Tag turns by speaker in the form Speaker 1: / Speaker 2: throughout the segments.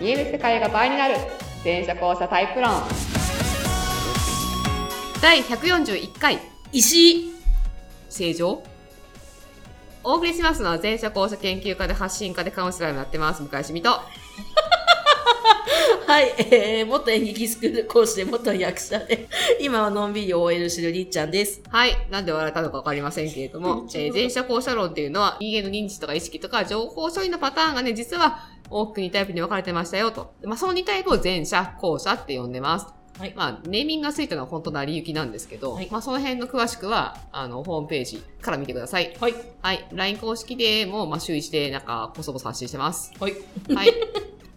Speaker 1: 見える世界が倍になる全車交差タイプ論第141回
Speaker 2: 石井
Speaker 1: 正常お送りしますのは全社交差研究家で発信家でカウンセラーもやってます向井しみと
Speaker 2: はい、えー、元演劇スクール講師で元役者で、 今はのんびり OL してるりっちゃんです。
Speaker 1: はい。なんで笑ったのかわかりませんけれども、えー、前者後者論っていうのは、人間の認知とか意識とか情報処理のパターンがね、実は大きく2タイプに分かれてましたよと。まあ、その2タイプを前者、後者って呼んでます。
Speaker 2: はい
Speaker 1: まあ、ネーミングがついたのは本当なりゆきなんですけど、
Speaker 2: はい
Speaker 1: まあ、その辺の詳しくは、あの、ホームページから見てください。
Speaker 2: はい。
Speaker 1: はい。LINE 公式でも、まあ、週1でなんか、こそこそ発信してます。
Speaker 2: はい。
Speaker 1: はい。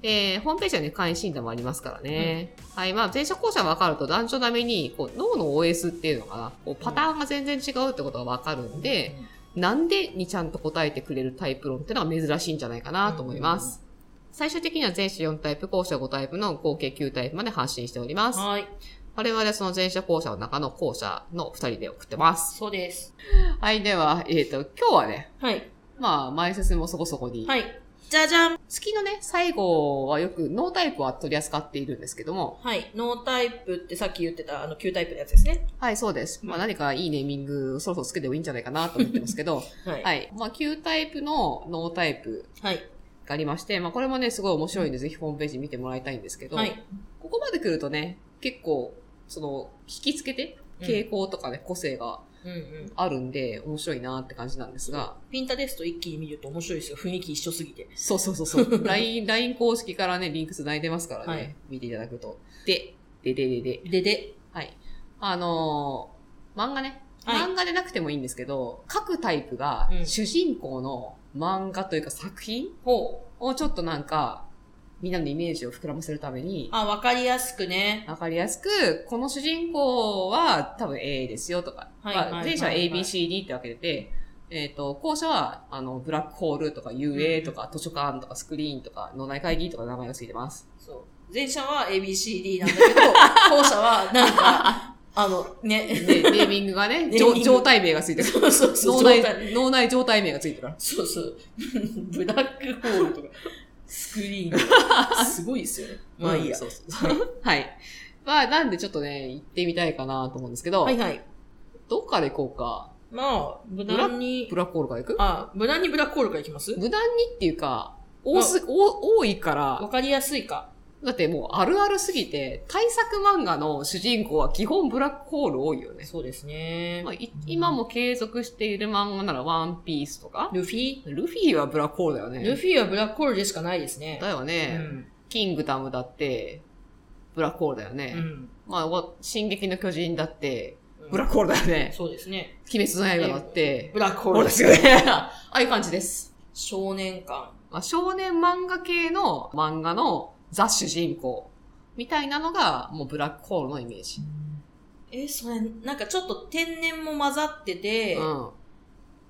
Speaker 1: えー、ホームページはね、会員診断もありますからね。はい。まあ、前者後者分かると、男女ダメに、こう、脳の OS っていうのが、こう、パターンが全然違うってことが分かるんで、なんでにちゃんと答えてくれるタイプ論ってのは珍しいんじゃないかなと思います。最終的には前者4タイプ、後者5タイプの合計9タイプまで発信しております。
Speaker 2: はい。
Speaker 1: 我々はその前者後者の中の後者の2人で送ってます。
Speaker 2: そうです。
Speaker 1: はい。では、えっ、と、今日はね、
Speaker 2: はい。
Speaker 1: まあ、前説もそこそこに
Speaker 2: はい。じゃじゃん。
Speaker 1: 月のね、最後はよくノータイプは取り扱っているんですけども、
Speaker 2: はい。ノータイプってさっき言ってた、あの、旧タイプのやつですね。
Speaker 1: はい、そうです。まあ何かいいネーミング、そろそろつけてもいいんじゃないかなと思ってますけ ど、
Speaker 2: はいは。
Speaker 1: はいい。まあ旧タイプのノータイプ
Speaker 2: はい。
Speaker 1: がありまして、まあこれもね、すごい面白いんで、ぜひホームページ見てもらいたいんですけど、
Speaker 2: はい。
Speaker 1: ここまで来るとね、結構、その、引きつけて、傾向とかね、個性が
Speaker 2: うんうん。
Speaker 1: あるんで、面白いなって感じなんですが、
Speaker 2: ピンタテスト一気に見ると面白いですよ。雰囲気一緒すぎて。
Speaker 1: そうそうそう そう。LINE、LINE 公式からね、リンク繋いでますからね、
Speaker 2: はい
Speaker 1: 見ていただくと。で、でででで。
Speaker 2: でで。
Speaker 1: はい。あのー漫画ね。
Speaker 2: はい
Speaker 1: 漫画でなくてもいいんですけど、各タイプが
Speaker 2: うん
Speaker 1: 主人公の漫画というか作品をちょっとなんか、みんなのイメージを膨らませるために、
Speaker 2: あ、わかりやすくね。
Speaker 1: わかりやすく、この主人公は多分 A ですよとか、
Speaker 2: はいはいはい
Speaker 1: まあ前者は ABCD って分けてて、えっ、と、後者は、あの、ブラックホールとか UA とか図書館とかスクリーンとか脳内会議とか名前がついて ます。
Speaker 2: そう。前者は ABCD なんだけど、後者はなん か、あの、ね。
Speaker 1: で、ネーミングがね、
Speaker 2: ネーミング
Speaker 1: 状状態名がついてる。
Speaker 2: そう そうそう。
Speaker 1: 脳
Speaker 2: 状態
Speaker 1: 内、脳内状態名がついてる。
Speaker 2: そうそう。 ブラックホールとか、スクリーンと か、すごいですよね。まあいいや
Speaker 1: うん。そうそうそう。 はい。まあ、なんでちょっとね、行ってみたいかなと思うんですけど、
Speaker 2: はいはい。
Speaker 1: どっから行こうか。
Speaker 2: まあ、無難に
Speaker 1: ブ、ラックホールから行く
Speaker 2: あ、無難にブラックホールからいきます
Speaker 1: 無難にっていうか、多す、多多いから
Speaker 2: わ、かりやすいか。
Speaker 1: だってもうあるあるすぎて、対策漫画の主人公は基本ブラックホール多いよね。
Speaker 2: そうですね
Speaker 1: まあ、。い今も継続している漫画ならワンピースとか、
Speaker 2: ルフィ
Speaker 1: ルフィはブラックホールだよね。
Speaker 2: ルフィはブラックホールでしかないですね。
Speaker 1: だよ
Speaker 2: う
Speaker 1: ね、
Speaker 2: ん。
Speaker 1: キングダムだって、ブラックホールだよ
Speaker 2: う
Speaker 1: ね。
Speaker 2: ん。
Speaker 1: まあ、わ進撃の巨人だって、ブラッ
Speaker 2: ク
Speaker 1: クホールだよね。
Speaker 2: そうですね。
Speaker 1: 鬼滅の刃だって、
Speaker 2: ブラックホ
Speaker 1: ホー
Speaker 2: ー
Speaker 1: ル
Speaker 2: ル
Speaker 1: で
Speaker 2: ですす。
Speaker 1: よね。 ああいう感じです。
Speaker 2: 少年感。
Speaker 1: まあ、少年漫画系の漫画のザ主人公みたいなのが、もうブラックホールのイメージ。
Speaker 2: え、それ、なんかちょっと天然も混ざってて、
Speaker 1: うん。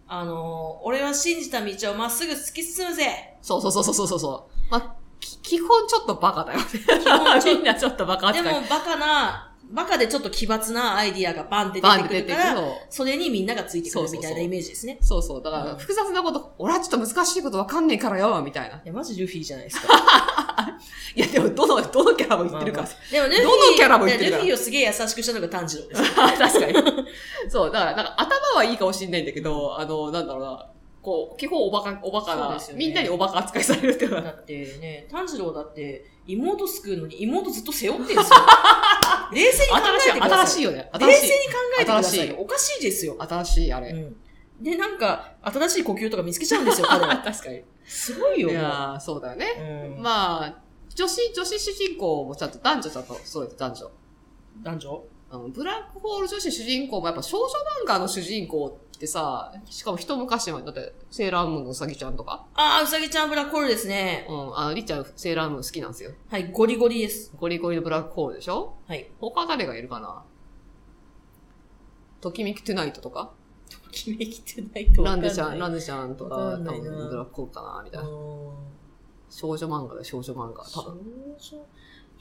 Speaker 2: あのー、俺は信じた道をまっすぐ突き進むぜ
Speaker 1: そうそうそうそうそうそう。まあ、き基本ちょっとバカだよね。
Speaker 2: 本ち
Speaker 1: み
Speaker 2: ょっと
Speaker 1: んなちょっとバカ
Speaker 2: で
Speaker 1: 扱い
Speaker 2: も。バカな、バカでちょっと奇抜なアイディアがバンって
Speaker 1: バン
Speaker 2: 出
Speaker 1: ってて
Speaker 2: く
Speaker 1: 出
Speaker 2: る
Speaker 1: て
Speaker 2: か
Speaker 1: く
Speaker 2: ら、
Speaker 1: の。
Speaker 2: それにみんながついてく
Speaker 1: そう
Speaker 2: る
Speaker 1: そうそう
Speaker 2: みたいなイメージですね。
Speaker 1: そうそう。だか
Speaker 2: う
Speaker 1: ら、
Speaker 2: ん
Speaker 1: 複雑なこと、俺はちょっと難しいことわかんねえからよ、みたいな。
Speaker 2: いや、マジルフィじゃない ですか。
Speaker 1: いや、でも、どの、どのキャラも言ってるから。
Speaker 2: でもルフィ、
Speaker 1: どのキャラも言ってるから
Speaker 2: ルフィをすげえ優しくしたのが炭治郎で す。
Speaker 1: 確かに。そう、だから、なんか頭はいいかもしんないんだけど、あの、なんだろうな。こう、基本おバカ、おバカ
Speaker 2: そう
Speaker 1: な、
Speaker 2: ですよね
Speaker 1: みんなにおバカ扱いされるっていうの
Speaker 2: だ
Speaker 1: は。
Speaker 2: ってね、炭治郎だって、妹救うのに妹ずっと背負っ てるんですよ。冷静に考え
Speaker 1: 新しい、
Speaker 2: てくだ
Speaker 1: 新
Speaker 2: さ
Speaker 1: し
Speaker 2: い。
Speaker 1: いよね。
Speaker 2: 冷
Speaker 1: 新
Speaker 2: 静
Speaker 1: しい
Speaker 2: に考。えてくださ
Speaker 1: 新し
Speaker 2: い
Speaker 1: い
Speaker 2: よ。おかしいですよ。
Speaker 1: 新しい、あ
Speaker 2: う
Speaker 1: れ。
Speaker 2: ん。で、なんか、新しい呼吸とか見つけちゃうんですよ、彼 は。
Speaker 1: 確かに。
Speaker 2: すごい
Speaker 1: い
Speaker 2: よ。
Speaker 1: やーそうだよね。
Speaker 2: うん
Speaker 1: まあ、女子、女子主人公もちゃんと男女ちゃんと揃えて男女。
Speaker 2: 男女
Speaker 1: あの、ブラックホール女子主人公もやっぱ少女漫画の主人公ってさ、しかも一昔前、だってセーラームーンのうさぎちゃんとか、
Speaker 2: ああ、うさぎちゃんブラックホールですね。
Speaker 1: うん、あの、りっちゃんセーラームーン好きなんですよ。
Speaker 2: はい、ゴリゴリです。
Speaker 1: ゴリゴリのブラックホールでしょ
Speaker 2: はい。
Speaker 1: 他誰がいるかなときめきトゥナイトとか
Speaker 2: 決めきってないとわ
Speaker 1: ラ
Speaker 2: か
Speaker 1: ン
Speaker 2: んな
Speaker 1: デ
Speaker 2: い。
Speaker 1: ちゃん、ランデちゃんとか、
Speaker 2: わ
Speaker 1: 多
Speaker 2: かんない
Speaker 1: 分
Speaker 2: な
Speaker 1: ブラックホールかなみたいな。
Speaker 2: う
Speaker 1: 少女漫画だよ、少女漫画。多分。
Speaker 2: ん少女い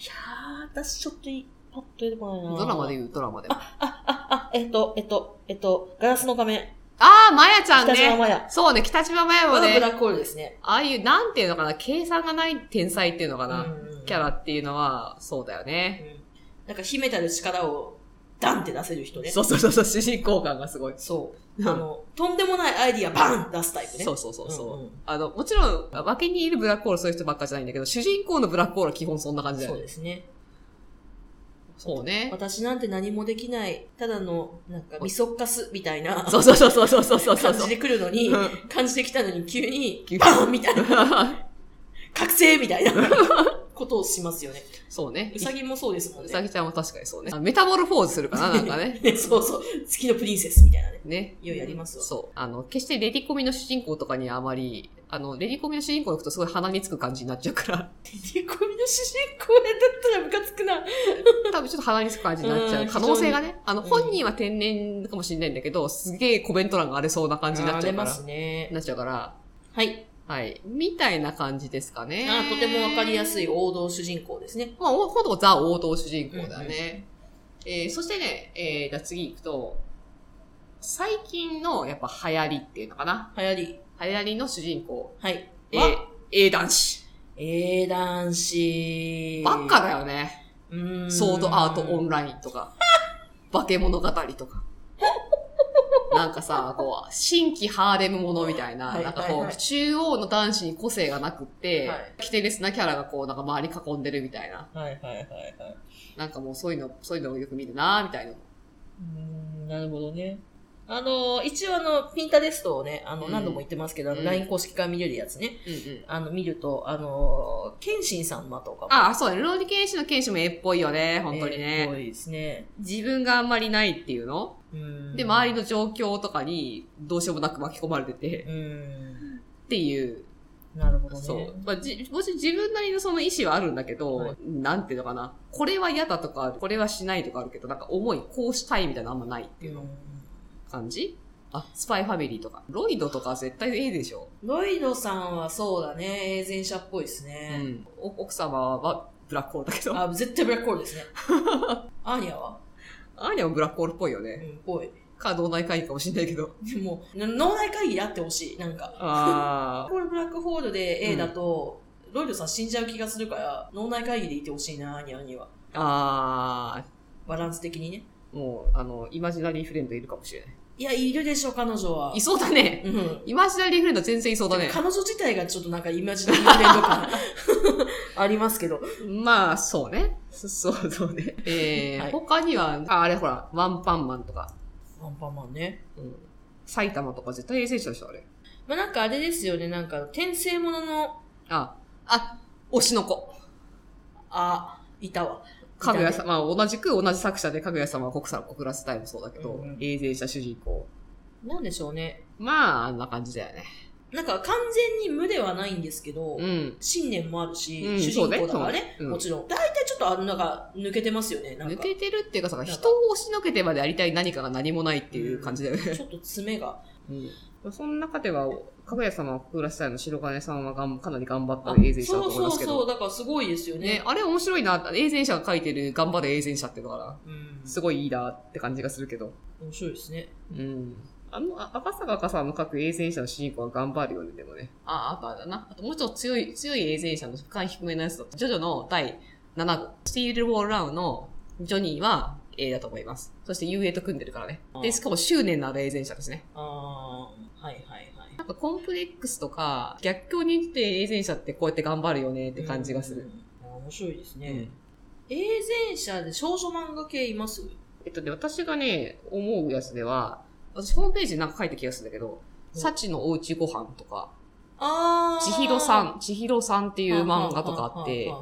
Speaker 2: やー、私ちょっといパッと出てこないな
Speaker 1: ドラマで
Speaker 2: う。
Speaker 1: 言う、ドラマでも。あ
Speaker 2: あ、あ、あ、えっと、えっと、えっと、ガラスの仮面。
Speaker 1: あー、まやちゃん
Speaker 2: 北島
Speaker 1: ね。
Speaker 2: マヤ。
Speaker 1: そうね、北島まやも
Speaker 2: は
Speaker 1: ね
Speaker 2: ブラ。ックホールですね。
Speaker 1: ああいう、なんていうのかな、計算がない天才っていうのかな。
Speaker 2: うん
Speaker 1: キャラっていうのは、そうだよね。
Speaker 2: うんなんか秘めたる力をダンって出せる人ね。
Speaker 1: そうそうそうそう、主人公感がすごい。
Speaker 2: そう。あの、とんでもないアイディアバン出すタイプね。
Speaker 1: そうそうそうそう。
Speaker 2: うんうん
Speaker 1: あの、もちろん、脇にいるブラックホールそういう人ばっかじゃないんだけど、主人公のブラックホールは基本そんな感じだよ
Speaker 2: そう
Speaker 1: ね。
Speaker 2: ですね。
Speaker 1: そうね。
Speaker 2: 私なんて何もできない、ただの、なんか、みそっかすみたいな
Speaker 1: そうそうそうそうそうそうそうそう。
Speaker 2: 感じで来るのに、感じてきたのに急に
Speaker 1: 急、に
Speaker 2: バンみたいな、
Speaker 1: うん
Speaker 2: 覚醒みた いなことをしますよね。
Speaker 1: そうね
Speaker 2: う。さぎもそうですもん
Speaker 1: う
Speaker 2: ね。
Speaker 1: さぎちゃんも確かにそうね。あメタモルフォーズするかな、なんかね。
Speaker 2: ね そうそう。月のプリンセスみたいなね。
Speaker 1: ね。
Speaker 2: いややりますわ
Speaker 1: そう。あの、決してレディコミの主人公とかにあまり、あの、レディコミの主人公行くとすごい鼻につく 感じになっちゃうから、
Speaker 2: 切り込みの主人公やだったらムカつくな。
Speaker 1: 多分ちょっと鼻につく感じになっちゃ
Speaker 2: う
Speaker 1: うん可能性がね。あの、
Speaker 2: うん
Speaker 1: 本人は天然かもしれないんだけど、すげえコメント欄が荒れそうな感じになっちゃ
Speaker 2: れ
Speaker 1: うか
Speaker 2: ま
Speaker 1: ら。
Speaker 2: すね。
Speaker 1: なっちゃうから、
Speaker 2: はい。
Speaker 1: はい。みたいな感じですかね。
Speaker 2: あーとてもわかりやす
Speaker 1: い。
Speaker 2: い王道主人公ですね。
Speaker 1: まあ、ほとんどザ王道主人公だね。えーそしてね、えー、じゃあ次行くと、最近のやっぱ流行りっていうのかな。
Speaker 2: 流行り。
Speaker 1: 流行りの主人公。
Speaker 2: はい。
Speaker 1: え
Speaker 2: わ
Speaker 1: ー、英男子。
Speaker 2: 英男子。
Speaker 1: ばっかだよね。
Speaker 2: うーん。
Speaker 1: ソードアートオンラインとか、化け物語とか。なんかさ、こう、新規ハーレムものみたいな、
Speaker 2: はい
Speaker 1: なんか
Speaker 2: はい
Speaker 1: こ
Speaker 2: は
Speaker 1: う、
Speaker 2: い
Speaker 1: 中央の男子に個性がなくって、
Speaker 2: はい
Speaker 1: キテレスなキャラがこう、なんか周り囲んでるみたいな。
Speaker 2: はいはいはいはい。
Speaker 1: なんかもうそういうの、そういうのをよく見るなみたいな。
Speaker 2: うん、なるほどね。あの、一応あの、ピンタレストをね、あの、
Speaker 1: うん
Speaker 2: 何度も言ってますけど、あの、
Speaker 1: うん
Speaker 2: LINE 公式から見れるやつね。
Speaker 1: うんうん。
Speaker 2: あの、見ると、あの、ケンシンさんの後かも。
Speaker 1: ああ、そうだね。ローリ剣士の剣士も絵っぽいよね、本当に
Speaker 2: えー
Speaker 1: ね。
Speaker 2: 多いですね。
Speaker 1: 自分があんまりないっていうの
Speaker 2: うん
Speaker 1: で、周りの状況とかにどうしようもなく巻き込まれてて、
Speaker 2: うん。
Speaker 1: っていう。
Speaker 2: なるほどね。
Speaker 1: そう。まあ、じ、もし自分なりのその意思はあるんだけど、
Speaker 2: はい
Speaker 1: なんていうのかな。これは嫌だとか、これはしないとかあるけど、なんか思い、こうしたいみたいなのあんまないっていうの感じあ、スパイファミリーとか。ロイドとか絶対 A でしょ。
Speaker 2: ロイドさんはそうだね、前者っぽいです
Speaker 1: う
Speaker 2: ね。
Speaker 1: ん。お奥様はブラックホールだけど。
Speaker 2: あ、絶対ブラックホール ですね。アーニャは
Speaker 1: アーニャもブラックホールっぽいよ
Speaker 2: う
Speaker 1: ね。
Speaker 2: ん、ぽい。
Speaker 1: か、脳内会議かもしれないけど。
Speaker 2: でも、な脳内会議であってほしい、なんか。
Speaker 1: あ
Speaker 2: これブラックホールで
Speaker 1: う
Speaker 2: A
Speaker 1: ん
Speaker 2: だと、ロイドさん死んじゃう気がするから、脳内会議でいてほしいな、アーニャには。
Speaker 1: あ。あ
Speaker 2: バランス的にね。
Speaker 1: あ。もう、あの、イマジナリーフレンドいるかもしれない。
Speaker 2: いや、いるでしょ、彼女は。
Speaker 1: いそうだね。
Speaker 2: うん。
Speaker 1: イマジナリーフレンド全然いそうだね。
Speaker 2: 彼女自体がちょっとなんかイマジナリーフレンド感 ありますけど。
Speaker 1: まあ、そうね。そそう、そうね。えー
Speaker 2: はい
Speaker 1: 他には、ああれほら、ワンパンマンとか、
Speaker 2: アンパンマンね。
Speaker 1: うん、埼玉とか絶対衛星者でしょ、あれ。
Speaker 2: まあ、なんかあれですよね、なんか、転生ものの、
Speaker 1: あ、あ、推しの子。
Speaker 2: あ、いたわ。
Speaker 1: かぐや
Speaker 2: いたね。
Speaker 1: 様、まあ、同じく同じ作者でかぐや様は国産国ラスタイもそうだけど
Speaker 2: うんうん、
Speaker 1: 衛星者主人公。
Speaker 2: なんでしょうね。
Speaker 1: まあ、あんな感じだよね。
Speaker 2: なんか完全に無ではないんですけど、
Speaker 1: うん。
Speaker 2: 信念もあるし、
Speaker 1: うん
Speaker 2: 主人公だからね、
Speaker 1: そうねそうねうん
Speaker 2: もちろん。大体ちょっとあの、なんか、抜けてますよね、なん
Speaker 1: 抜
Speaker 2: か。
Speaker 1: けてるっていうかさ、人を押しのけてまでやりたい何かが何もないっていう感じだよね。
Speaker 2: ちょっと爪が。
Speaker 1: うん、その中では、かぐや様は国ラスタイの白金さんはがんかなり頑張った
Speaker 2: あ
Speaker 1: エーゼン
Speaker 2: そ
Speaker 1: と
Speaker 2: う
Speaker 1: 思いま
Speaker 2: そ
Speaker 1: す
Speaker 2: う
Speaker 1: けど。
Speaker 2: そう、だからすごいですよね
Speaker 1: ね。、あれ面白いな。エーゼン社が書いてる頑張れエーゼン社っていうのかな。
Speaker 2: うん。
Speaker 1: すごいいいなって感じがするけど。
Speaker 2: 面白いですね。
Speaker 1: うん。あの、あ赤坂赤さんの書くエーゼン社の主人公は頑張るよね、でもね。あ、あとあれだな。あともうちょっと強い、強いエーゼン社の深い低めのやつだと、ジョジョの第7号、スティール・ウォール・ラウンのジョニーは A だと思います。そして UA と組んでるからね。
Speaker 2: あ
Speaker 1: で、
Speaker 2: ー
Speaker 1: しかも執念のあるエーゼン社ですね。
Speaker 2: あー、はいはいはい。
Speaker 1: なんかコンプレックスとか、逆境に生きてエーゼン社ってこうやって頑張るよねって感じがす
Speaker 2: う
Speaker 1: る。
Speaker 2: ん。あ面白いですね。
Speaker 1: うん
Speaker 2: 永前者で少女漫画系います
Speaker 1: えっとね、私がね、思うやつでは、私ホームページになんか書いた気がするんだけど、
Speaker 2: うん
Speaker 1: サチのおうちご飯とか、
Speaker 2: あー。
Speaker 1: ちひろさん、ちひろさんって
Speaker 2: て
Speaker 1: いう漫画とかあって、、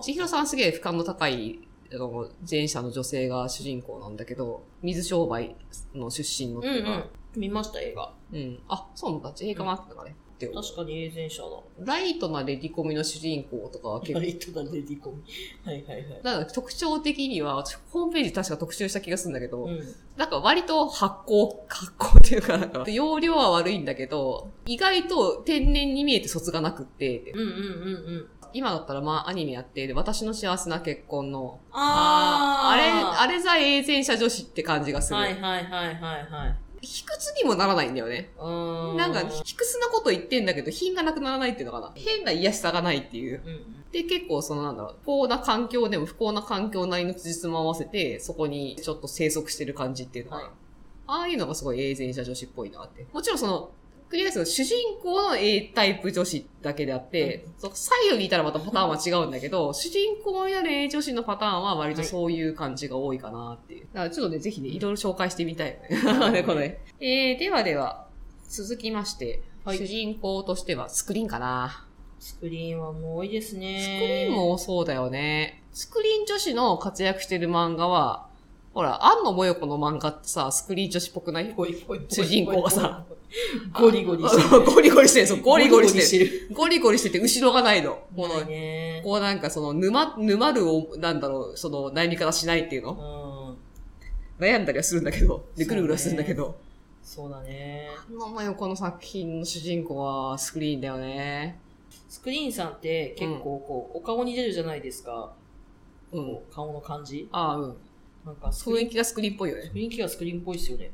Speaker 1: ちひろ
Speaker 2: さ
Speaker 1: さんすげえ俯瞰の高い、あの、前者の女性が主人公なんだけど、水商売の出身のって
Speaker 2: うん
Speaker 1: いう
Speaker 2: う
Speaker 1: か
Speaker 2: ん、。見ました、映画。
Speaker 1: うん、あ、そうなんだ、映画もあったからね。って
Speaker 2: 確かに永前者だ。
Speaker 1: ライトなレディコミの主人公とかは結構
Speaker 2: ラ、イトだ、レディコミ。はいはいはい。
Speaker 1: なんか特徴的には、私ホームページ確か特集した気がするんだけど、
Speaker 2: うん。
Speaker 1: なんか割と発酵、 発酵っていうかなんか、容量は悪いんだけど、意外と天然に見えて卒がなくって、
Speaker 2: うんうんうんうん。
Speaker 1: 今だったらまあアニメやって、で私の幸せな結婚の、
Speaker 2: あ
Speaker 1: あ
Speaker 2: ー。
Speaker 1: ーあれ、あれざ永前者女子って感じがする。
Speaker 2: はいはいはいはいはい。
Speaker 1: 卑屈にもならないんだよね。
Speaker 2: うん。
Speaker 1: なんか、卑屈なこと言ってんだけど、品がなくならないっていうのかな。変な癒しさがないっていう。
Speaker 2: うんうん。
Speaker 1: で、結構そのなんだろう、不幸な環境でも不幸な環境なりの口実も合わせて、そこにちょっと生息してる感じっていうのかな。
Speaker 2: はい
Speaker 1: ああいうのがすごい永遠者女子っぽいなって。もちろんその、クリアスの主人公の A タイプ女子だけであって、そう左右にいたらまたパターンは違うんだけど、主人公になる A 女子のパターンは割とそういう感じが多いかなっていう。だからちょっとね、ぜひね、いろいろ紹介してみたいよ ね。ねこれ。えー、ではでは、続きまして、
Speaker 2: はい
Speaker 1: 主人公としてはスクリーンかな。
Speaker 2: スクリーンはもう多いですね。
Speaker 1: スクリーン。もそうだよね。スクリーン女子の活躍してる漫画は、ほら、安野もよこの漫画ってさ、スクリーン女子っぽくない
Speaker 2: ぽいぽいぽいぽい
Speaker 1: 主人公がさ。
Speaker 2: ゴリゴリして る。
Speaker 1: ゴリゴリしてる、そう、ゴリゴリしてる。
Speaker 2: る。
Speaker 1: ゴリゴリしてて、後ろがないの。こ
Speaker 2: ない
Speaker 1: の、
Speaker 2: ね。
Speaker 1: こうなんかその、沼、沼るを、なんだろう、その、悩み方しないっていう
Speaker 2: う
Speaker 1: の
Speaker 2: ん。
Speaker 1: 悩んだりはするんだけど、で、
Speaker 2: そうね
Speaker 1: ぐるぐるはするんだけど。
Speaker 2: そうだね。
Speaker 1: 安野もよこの作品の主人公はスクリーンだよね。
Speaker 2: スクリーンさんって結構こう、お顔に出るじゃないですか。
Speaker 1: うん。
Speaker 2: 顔の感じ。
Speaker 1: ああ、うん。
Speaker 2: なんかスク
Speaker 1: 雰
Speaker 2: リー
Speaker 1: 囲
Speaker 2: ン、
Speaker 1: 気がスクリーンっぽいよね。
Speaker 2: 雰囲気がスクリーンっぽいですよね。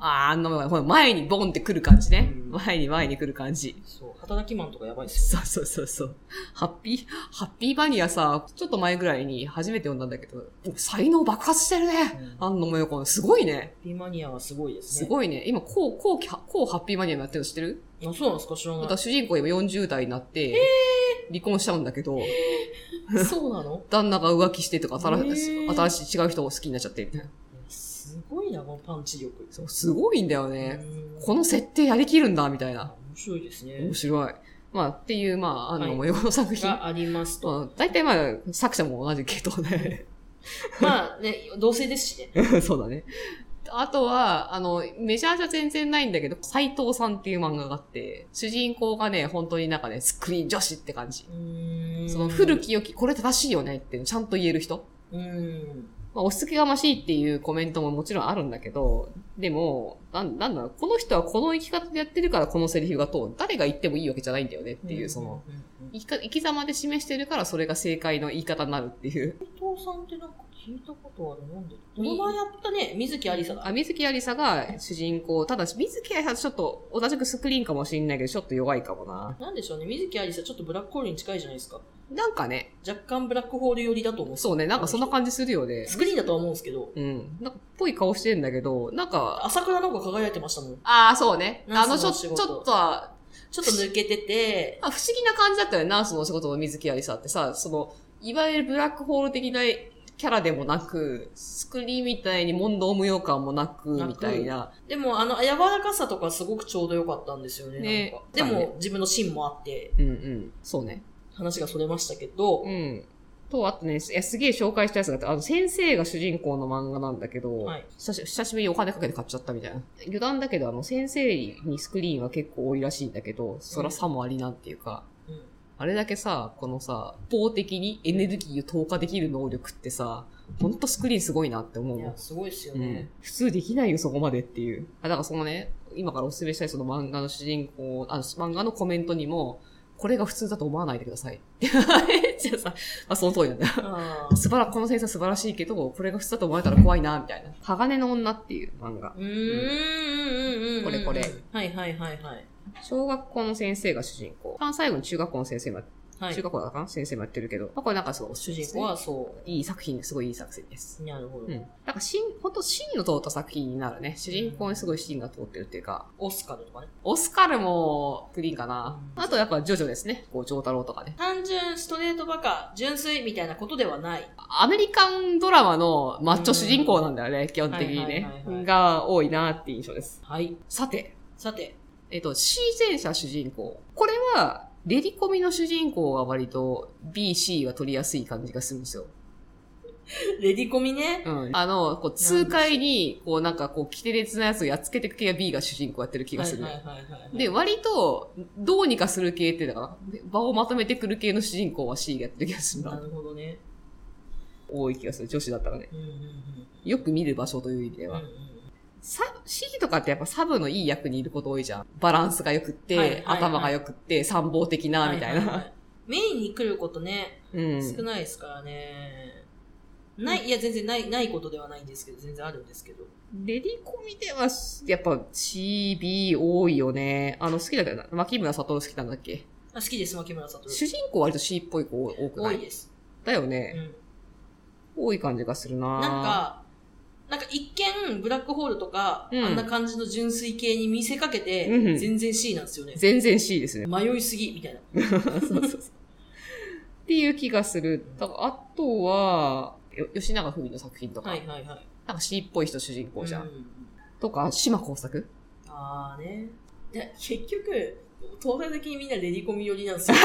Speaker 1: あーあの、ほら前にボンって来る感じね。
Speaker 2: うん
Speaker 1: 前に前に来る感じ。
Speaker 2: そう。働きマンとかやばいですよ。
Speaker 1: そうそうそうそう。ハッピー、ハッピーバニアさ、ちょっと前ぐらいに初めて読んだんだけど、才能爆発してるね。
Speaker 2: うん
Speaker 1: 安野もよこの、すごいね。
Speaker 2: ピーマニアはすごいです
Speaker 1: す
Speaker 2: ね。
Speaker 1: ごいね。今、こう、こう、こうハッピーマニアになってるの知ってる
Speaker 2: あ、そうなんですか知ら
Speaker 1: ま
Speaker 2: な
Speaker 1: た
Speaker 2: い。
Speaker 1: 主人公今40代になって、離婚しちゃうんだけど、
Speaker 2: そうなの
Speaker 1: 旦那が浮気してとか、新
Speaker 2: へー
Speaker 1: 新しい違う人を好きになっちゃってみたいな。
Speaker 2: すごいな、このパンチ力。
Speaker 1: そう、すごいんだよね。
Speaker 2: うん
Speaker 1: この設定やりきるんだ、みたいな
Speaker 2: 面。白いですね
Speaker 1: 面。白い。まあ、っていう、まあ、安野もよこの作品。
Speaker 2: がありますと。
Speaker 1: まあ、大体まあ、作者も同じ系統で。
Speaker 2: まあね、同性ですし ね。
Speaker 1: そうだね。あとは、あの、メジャーじゃ全然ないんだけど、斎藤さんっていう漫画があって、主人公がね、本当になんかね、スクリーン女子って感じ。その古き良き、これ正しいよねっていうのちゃんと言える人。
Speaker 2: うん。
Speaker 1: まあ、押し付けがましいっていうコメントももちろんあるんだけど、でも、なんなんだろう、この人はこの生き方でやってるからこのセリフが通る。誰が言ってもいいわけじゃないんだよねっていう、その、
Speaker 2: うん。うん
Speaker 1: 生きか生き様で示してるからそれが正解の言い方になるっていう。
Speaker 2: 伊藤さんってなんか聞いたことあるなんでこの前やったね、水木ありさだ。
Speaker 1: あ、水木有りさが主人公。ただ、水木有りさちょっと同じくスクリーンかもしんないけど、ちょっと弱いかもな。
Speaker 2: なんでしょうね、水木ありさちょっとブラックホールに近いじゃないですか。
Speaker 1: なんかね、
Speaker 2: 若干ブラックホール寄りだと思う。
Speaker 1: そうね、なんかそんな感じするよね。
Speaker 2: スクリーンだとは思うんですけど、
Speaker 1: うん。なんか、ぽい顔してんだけど、なんか、
Speaker 2: 朝倉の方が輝いてましたもん。
Speaker 1: ああ、そうね。
Speaker 2: ナー
Speaker 1: あ
Speaker 2: ス
Speaker 1: の、
Speaker 2: の
Speaker 1: ちょ、
Speaker 2: 仕
Speaker 1: ちょっ
Speaker 2: 事
Speaker 1: とは、
Speaker 2: ちょっと抜けてて、
Speaker 1: あ不思議な感じだったよね。ナースのお仕事の水木有りさってさ、その、いわゆるブラックホール的なキャラでもなく、スクリーンみたいに問答無用感もなく、
Speaker 2: なく
Speaker 1: みたいな。
Speaker 2: でもあの柔らかさとかすごくちょうど良かったんですよね。
Speaker 1: ね
Speaker 2: なんかで
Speaker 1: そうだね
Speaker 2: も自分の芯もあって、
Speaker 1: うんうん。そうね。
Speaker 2: 話がそれましたけど、
Speaker 1: うん。と、あとね、すいやすげえ紹介したやつがあって、あの、先生が主人公の漫画なんだけど、
Speaker 2: はい
Speaker 1: 久し久しぶりにお金かけて買っちゃったみたいな。余談だけど、あの、先生にスクリーンは結構多いらしいんだけど、そらさもありなんていうか、
Speaker 2: うん
Speaker 1: あれだけさ、このさ、一方的にエネルギーを投下できる能力ってさ、ほんとスクリーンすごいなって思う
Speaker 2: い
Speaker 1: もん
Speaker 2: や、すごいですよ
Speaker 1: う
Speaker 2: ね
Speaker 1: ん。、普通できないよ、そこまでっていう。あだからそのね、今からお勧めしたいその漫画の主人公、あの漫画のコメントにも、これが普通だと思わないでください。ってめっちゃさ、まあその通りなんだよ。
Speaker 2: あ
Speaker 1: 素晴ら、この先生は素晴らしいけど、これが普通だと思われたら怖いな、みたいな。鋼の女っていう漫画。
Speaker 2: ーうーん。
Speaker 1: これこれ。
Speaker 2: はいはいはいはい。
Speaker 1: 小学校の先生が主人公。一番最後に中学校の先生もや、
Speaker 2: はい
Speaker 1: 中。学校だかな先生もやってるけど、まあこれなんかすごいおすす
Speaker 2: 主
Speaker 1: めで
Speaker 2: 人
Speaker 1: すね
Speaker 2: 公はそ
Speaker 1: いい作品、すごいいい作戦です。
Speaker 2: う。なるほど。
Speaker 1: うん。なんか芯、ほんと芯の通った作品になるね。主人公にすごい芯が通ってるっていうか、
Speaker 2: オスカルとかね。
Speaker 1: オスカルもグリーンかな。
Speaker 2: うん
Speaker 1: あとやっぱジョジョですね。こう、ジョータロウとかね。
Speaker 2: 単純、ストレートバカ、純粋みたいなことではない。
Speaker 1: アメリカンドラマのマッチョ主人公なんだよね、基本的に
Speaker 2: はい
Speaker 1: ね
Speaker 2: はいはいは。い
Speaker 1: が多いなって印象です。
Speaker 2: はい。
Speaker 1: さて、
Speaker 2: さて、
Speaker 1: えっと、C 前者主人公。これは、レリコミの主人公は割と B、C は取りやすい感じがするんですよ。
Speaker 2: レディコミね。
Speaker 1: うん。あの、こう、痛快に、こうなんかこう、キテレツなやつをやっつけていく系が B が主人公やってる気がする。
Speaker 2: はいはいはいはい、
Speaker 1: で、割と、どうにかする系っていうのかな。場をまとめてくる系の主人公は C がやってる気がする
Speaker 2: な
Speaker 1: な。
Speaker 2: るほどね。
Speaker 1: 多い気がする。女子だったらね。
Speaker 2: うんうん
Speaker 1: よく見る場所という意味で
Speaker 2: うん。うん
Speaker 1: は。
Speaker 2: うん
Speaker 1: サ C とかってやっぱサブのいい役にいること多いじゃん。バランスが良くって、
Speaker 2: はいはいはい
Speaker 1: 頭が良くって、参謀的な、みたいな。
Speaker 2: はははメインに来ることね、
Speaker 1: うん。
Speaker 2: 少ないですからね。ない、いや、全然ない、ないことではないんですけど、全然あるんですけど。
Speaker 1: 練り込みでは、やっぱ CB 多いよね。あの、好きだけどな、牧村悟好きなんだっけ
Speaker 2: あ好きです、牧村悟。
Speaker 1: 主人公割と C っぽい子多く
Speaker 2: 多
Speaker 1: ないい
Speaker 2: です。
Speaker 1: だよ
Speaker 2: う
Speaker 1: ね。
Speaker 2: ん。
Speaker 1: 多い感じがするな
Speaker 2: なん、か、なんか一見、ブラックホールとか、
Speaker 1: うん
Speaker 2: あんな感じの純粋系に見せかけて、
Speaker 1: うんうん
Speaker 2: 全然 C なんですよね。
Speaker 1: 全然 C ですね。
Speaker 2: 迷いすぎ、みたいな。
Speaker 1: そうそうそう。っていう気がする。だからあとは、よ吉永文の作品とか、
Speaker 2: はいはいはい。
Speaker 1: なんか C っぽい人主人公じゃん。
Speaker 2: うん
Speaker 1: とか、島耕作
Speaker 2: あーね。で結局、東大的にみんなレディコミ寄りなんですよ。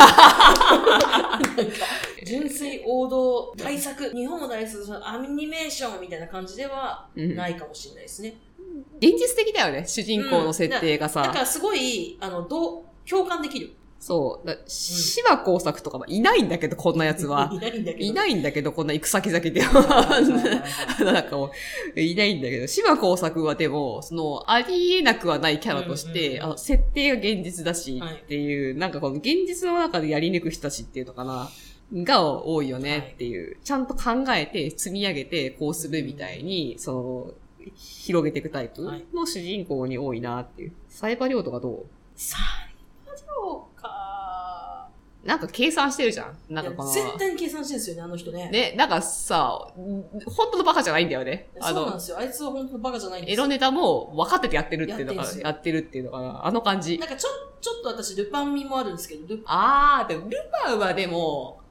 Speaker 2: 純粋王道大作、日本を代表するそのアニメーションみたいな感じでは
Speaker 1: うん。
Speaker 2: な
Speaker 1: 現
Speaker 2: いかもしれないですね。
Speaker 1: 実的だよね、主人公の設定がさ。
Speaker 2: だからすごい、あの、どう、共感できる。
Speaker 1: そう。だ島耕作とかはいないんだけど、こんなやつは。
Speaker 2: いないんだけど。
Speaker 1: いないんだけど、こんな行く先々で
Speaker 2: はいはいはい
Speaker 1: は。
Speaker 2: は い
Speaker 1: なんかもう、いないんだけど、島耕作はでも、その、ありえなくはないキャラとして、
Speaker 2: うんうんうん
Speaker 1: あの設定が現実だし
Speaker 2: はい
Speaker 1: っていう、なんかこの現実の中でやり抜く人たちっていうのかな、が多いよねっていう、ちゃんと考えて、積み上げて、こうするみたいに、その、広げていくタイプ
Speaker 2: はい
Speaker 1: の主人公に多いなっていう。サイバリョウとかどう
Speaker 2: さあ、そうか。
Speaker 1: なんか計算してるじゃんなんかこの。
Speaker 2: 絶対に計算してるんですよね、あの人ね。
Speaker 1: ね、なんかさ、ん本当のバカじゃないんだよね。あ
Speaker 2: そうなん
Speaker 1: の
Speaker 2: で、すよ。あいつは本当にバカじゃないんで
Speaker 1: エ
Speaker 2: すよ
Speaker 1: ロ。ネタも分かっててやってるっていうの
Speaker 2: や
Speaker 1: が
Speaker 2: ってん、すよ
Speaker 1: やってるっていうのかな。あの感じ
Speaker 2: な。んかちょ、ちょっと私、ルパン味もあるんですけど、ルパン。
Speaker 1: あー、でも、ルパンはでも、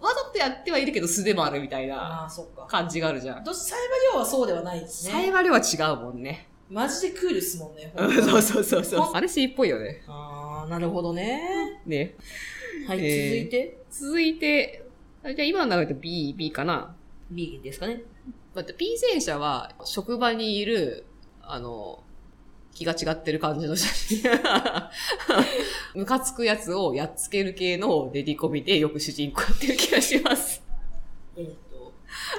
Speaker 1: わざとやってはいるけど素でもあるみたいな
Speaker 2: ああ、そっか。
Speaker 1: 感じがあるじゃん。
Speaker 2: どうせサイバリオはそうではないです
Speaker 1: サイ
Speaker 2: ね。
Speaker 1: バルは違うもんね。
Speaker 2: マジでクールっすもんね。ほんと
Speaker 1: そうそうそうそう。あれ C っぽいよね。
Speaker 2: ああ、なるほどね。
Speaker 1: ね。
Speaker 2: はい、
Speaker 1: えー
Speaker 2: 続いて、
Speaker 1: 続いて、あじゃあ今の中で B、B かな。
Speaker 2: B ですかね。
Speaker 1: だって B 戦車は職場にいる、あの、気が違ってる感じの写真。 ムカつくやつをやっつける系のレディコミでよく主人公やってる気がします。
Speaker 2: えっと、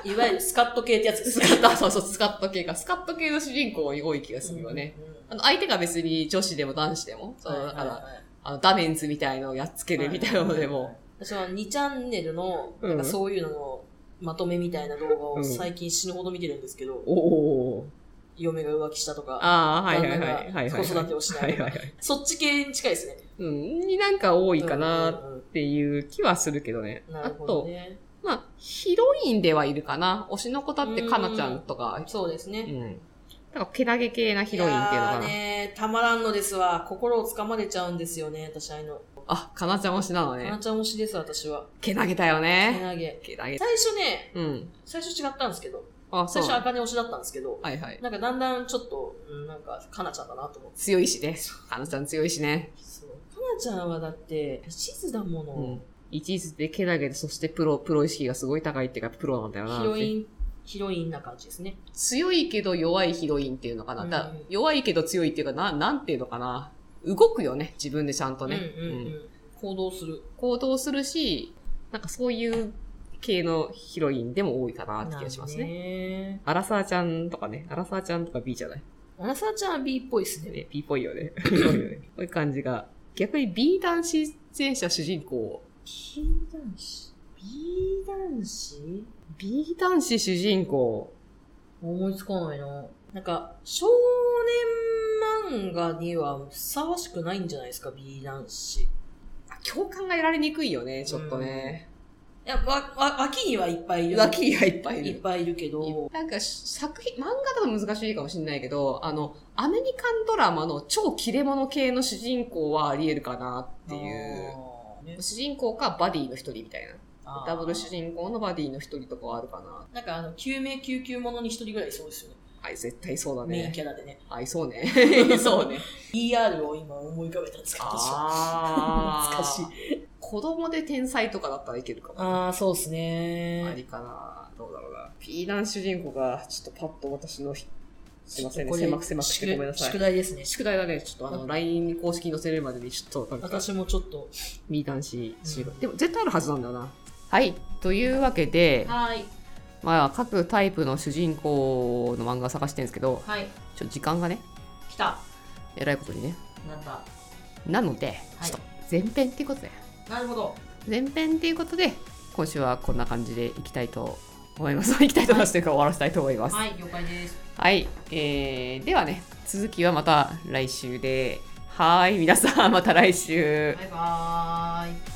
Speaker 2: いわゆるスカット系ってやつです
Speaker 1: ス
Speaker 2: ね
Speaker 1: カット、あ そうそう、スカット系か。スカット系の主人公に多い気がするよね。。
Speaker 2: うんうん
Speaker 1: あの、相手が別に女子でも男子でも、その、だから、あの、ダメンズみたいのをやっつけるみたいなのでも、。
Speaker 2: 私は2チャンネルの、
Speaker 1: うん
Speaker 2: なんかそういうののまとめみたいな動画
Speaker 1: う
Speaker 2: を
Speaker 1: ん
Speaker 2: 最近死ぬほど見てるんですけど、
Speaker 1: おー。
Speaker 2: 嫁が浮気したとか、
Speaker 1: ああ、はいはい
Speaker 2: 旦那
Speaker 1: は
Speaker 2: が
Speaker 1: い。はいはい。
Speaker 2: 子育てをしない
Speaker 1: はいはいはい。
Speaker 2: そっち系に近いですね。
Speaker 1: うん、になんか多
Speaker 2: い
Speaker 1: いかなっ
Speaker 2: うん
Speaker 1: ていう気はするけどね。
Speaker 2: な
Speaker 1: あ
Speaker 2: るほど
Speaker 1: と、
Speaker 2: ね。
Speaker 1: まあ、ヒロインではいるかな。推しの子だってかなちゃんとか、
Speaker 2: そうです
Speaker 1: う
Speaker 2: ね。
Speaker 1: ん。なんか、けなげ系なヒロインっていうのか
Speaker 2: や
Speaker 1: な。
Speaker 2: ーねたまらんのですわ。心をつかまれちゃうんですよね、私ああいうの。
Speaker 1: あ、かなちゃん推しなの
Speaker 2: かな
Speaker 1: ね。
Speaker 2: ちゃん推しです、私は。
Speaker 1: けなげだよ
Speaker 2: け
Speaker 1: ね。
Speaker 2: なげ。
Speaker 1: けなげ。
Speaker 2: 最初ね、
Speaker 1: うん。
Speaker 2: 最初違ったんですけど、
Speaker 1: あ、そ
Speaker 2: 最
Speaker 1: う。
Speaker 2: 初あかね推しだったんですけど、
Speaker 1: はいはい。
Speaker 2: なんかだんだんちょっと、うんなんか、かなちゃんだなと思って。
Speaker 1: 強いしね。かなちゃん強いしね。
Speaker 2: そう。かなちゃんはだって、地図だもの。
Speaker 1: うん。一途でけなげで、そしてプロ、プロ意識がすごい高いっていうか、プロなんだよな。
Speaker 2: ヒロイン、ヒロインな感じですね。
Speaker 1: 強いけど弱いヒロインっていうのかな。だ
Speaker 2: うん
Speaker 1: 弱いけど強いっていうか、な、なんていうのかな。動くよね。自分でちゃんとね。
Speaker 2: うんうんうん。行動する。
Speaker 1: 行動するし、なんかそういう系のヒロインでも多いかなって気がしますね。
Speaker 2: ね。
Speaker 1: アラサーちゃんとかね、アラサーちゃんとか B じゃない
Speaker 2: アナサーちゃんは B っぽいですね。
Speaker 1: ね、B っぽいよね。B っぽいよねこういう感じが。逆に B 男子前者主人公、
Speaker 2: B 男子 ?B 男子
Speaker 1: B 男子主人公、
Speaker 2: 思いつかないな。なんか、少年漫画にはふさわしくないんじゃないですか、B 男子。い
Speaker 1: あ共感が得られにくいよね、ちょっとね。
Speaker 2: や、わ、わ、脇にはいっぱいいる。
Speaker 1: 脇がいっぱいい
Speaker 2: いっ
Speaker 1: る。
Speaker 2: ぱいいるけど、
Speaker 1: なんか作品、漫画だと難しいかもしれないけど、あの、アメリカンドラマの超切れ者系の主人公はあり得るかなっていう。
Speaker 2: あーね
Speaker 1: 主人公かバディの一人みたいな。
Speaker 2: あー
Speaker 1: ダブル主人公のバディの一人とかはあるかな。
Speaker 2: なんかあの、救命救急ものに一人ぐらいいそうですよね。
Speaker 1: はい、絶対そうだ
Speaker 2: メイン
Speaker 1: ね
Speaker 2: キ。ャラでね。
Speaker 1: あいそう ね。そう ね。
Speaker 2: ER を今思い浮かべたんですけど、私は
Speaker 1: あ
Speaker 2: 懐かしい
Speaker 1: い。子供で天才とかだったらいけるかも。
Speaker 2: ああ、そうです
Speaker 1: あ
Speaker 2: ね。
Speaker 1: りかな。どうだろうな。ピーナン主人公が、ちょっとパッと私のひ、すいませんね。
Speaker 2: これ
Speaker 1: 狭く狭くて
Speaker 2: 宿
Speaker 1: ごめんなさ
Speaker 2: 宿
Speaker 1: い。
Speaker 2: 題ですね。
Speaker 1: 宿題だね。ちょっとあの、LINE 公式に載せるまでに、ちょっとなんか、
Speaker 2: 私もちょっと。
Speaker 1: ピーナン氏主人
Speaker 2: う
Speaker 1: 公。
Speaker 2: ん
Speaker 1: でも絶対あるはずなんだよな。はい。というわけで、
Speaker 2: はい。
Speaker 1: まあ、各タイプの主人公の漫画探してるんですけど、
Speaker 2: はい。
Speaker 1: ちょっと時間がね、
Speaker 2: 来た。
Speaker 1: えらいことにね。
Speaker 2: なった。
Speaker 1: なので、
Speaker 2: はい
Speaker 1: ちょっと前編っていうことで、
Speaker 2: なるほど。
Speaker 1: 前編っていうことで、今週はこんな感じでいきたいと思います。行 きたいと思いますというか終わらせたいと思います。はい、
Speaker 2: はい、了解です。
Speaker 1: えーではね、続きはまた来週で。はーい、皆さんまた来週。
Speaker 2: バイバーイ。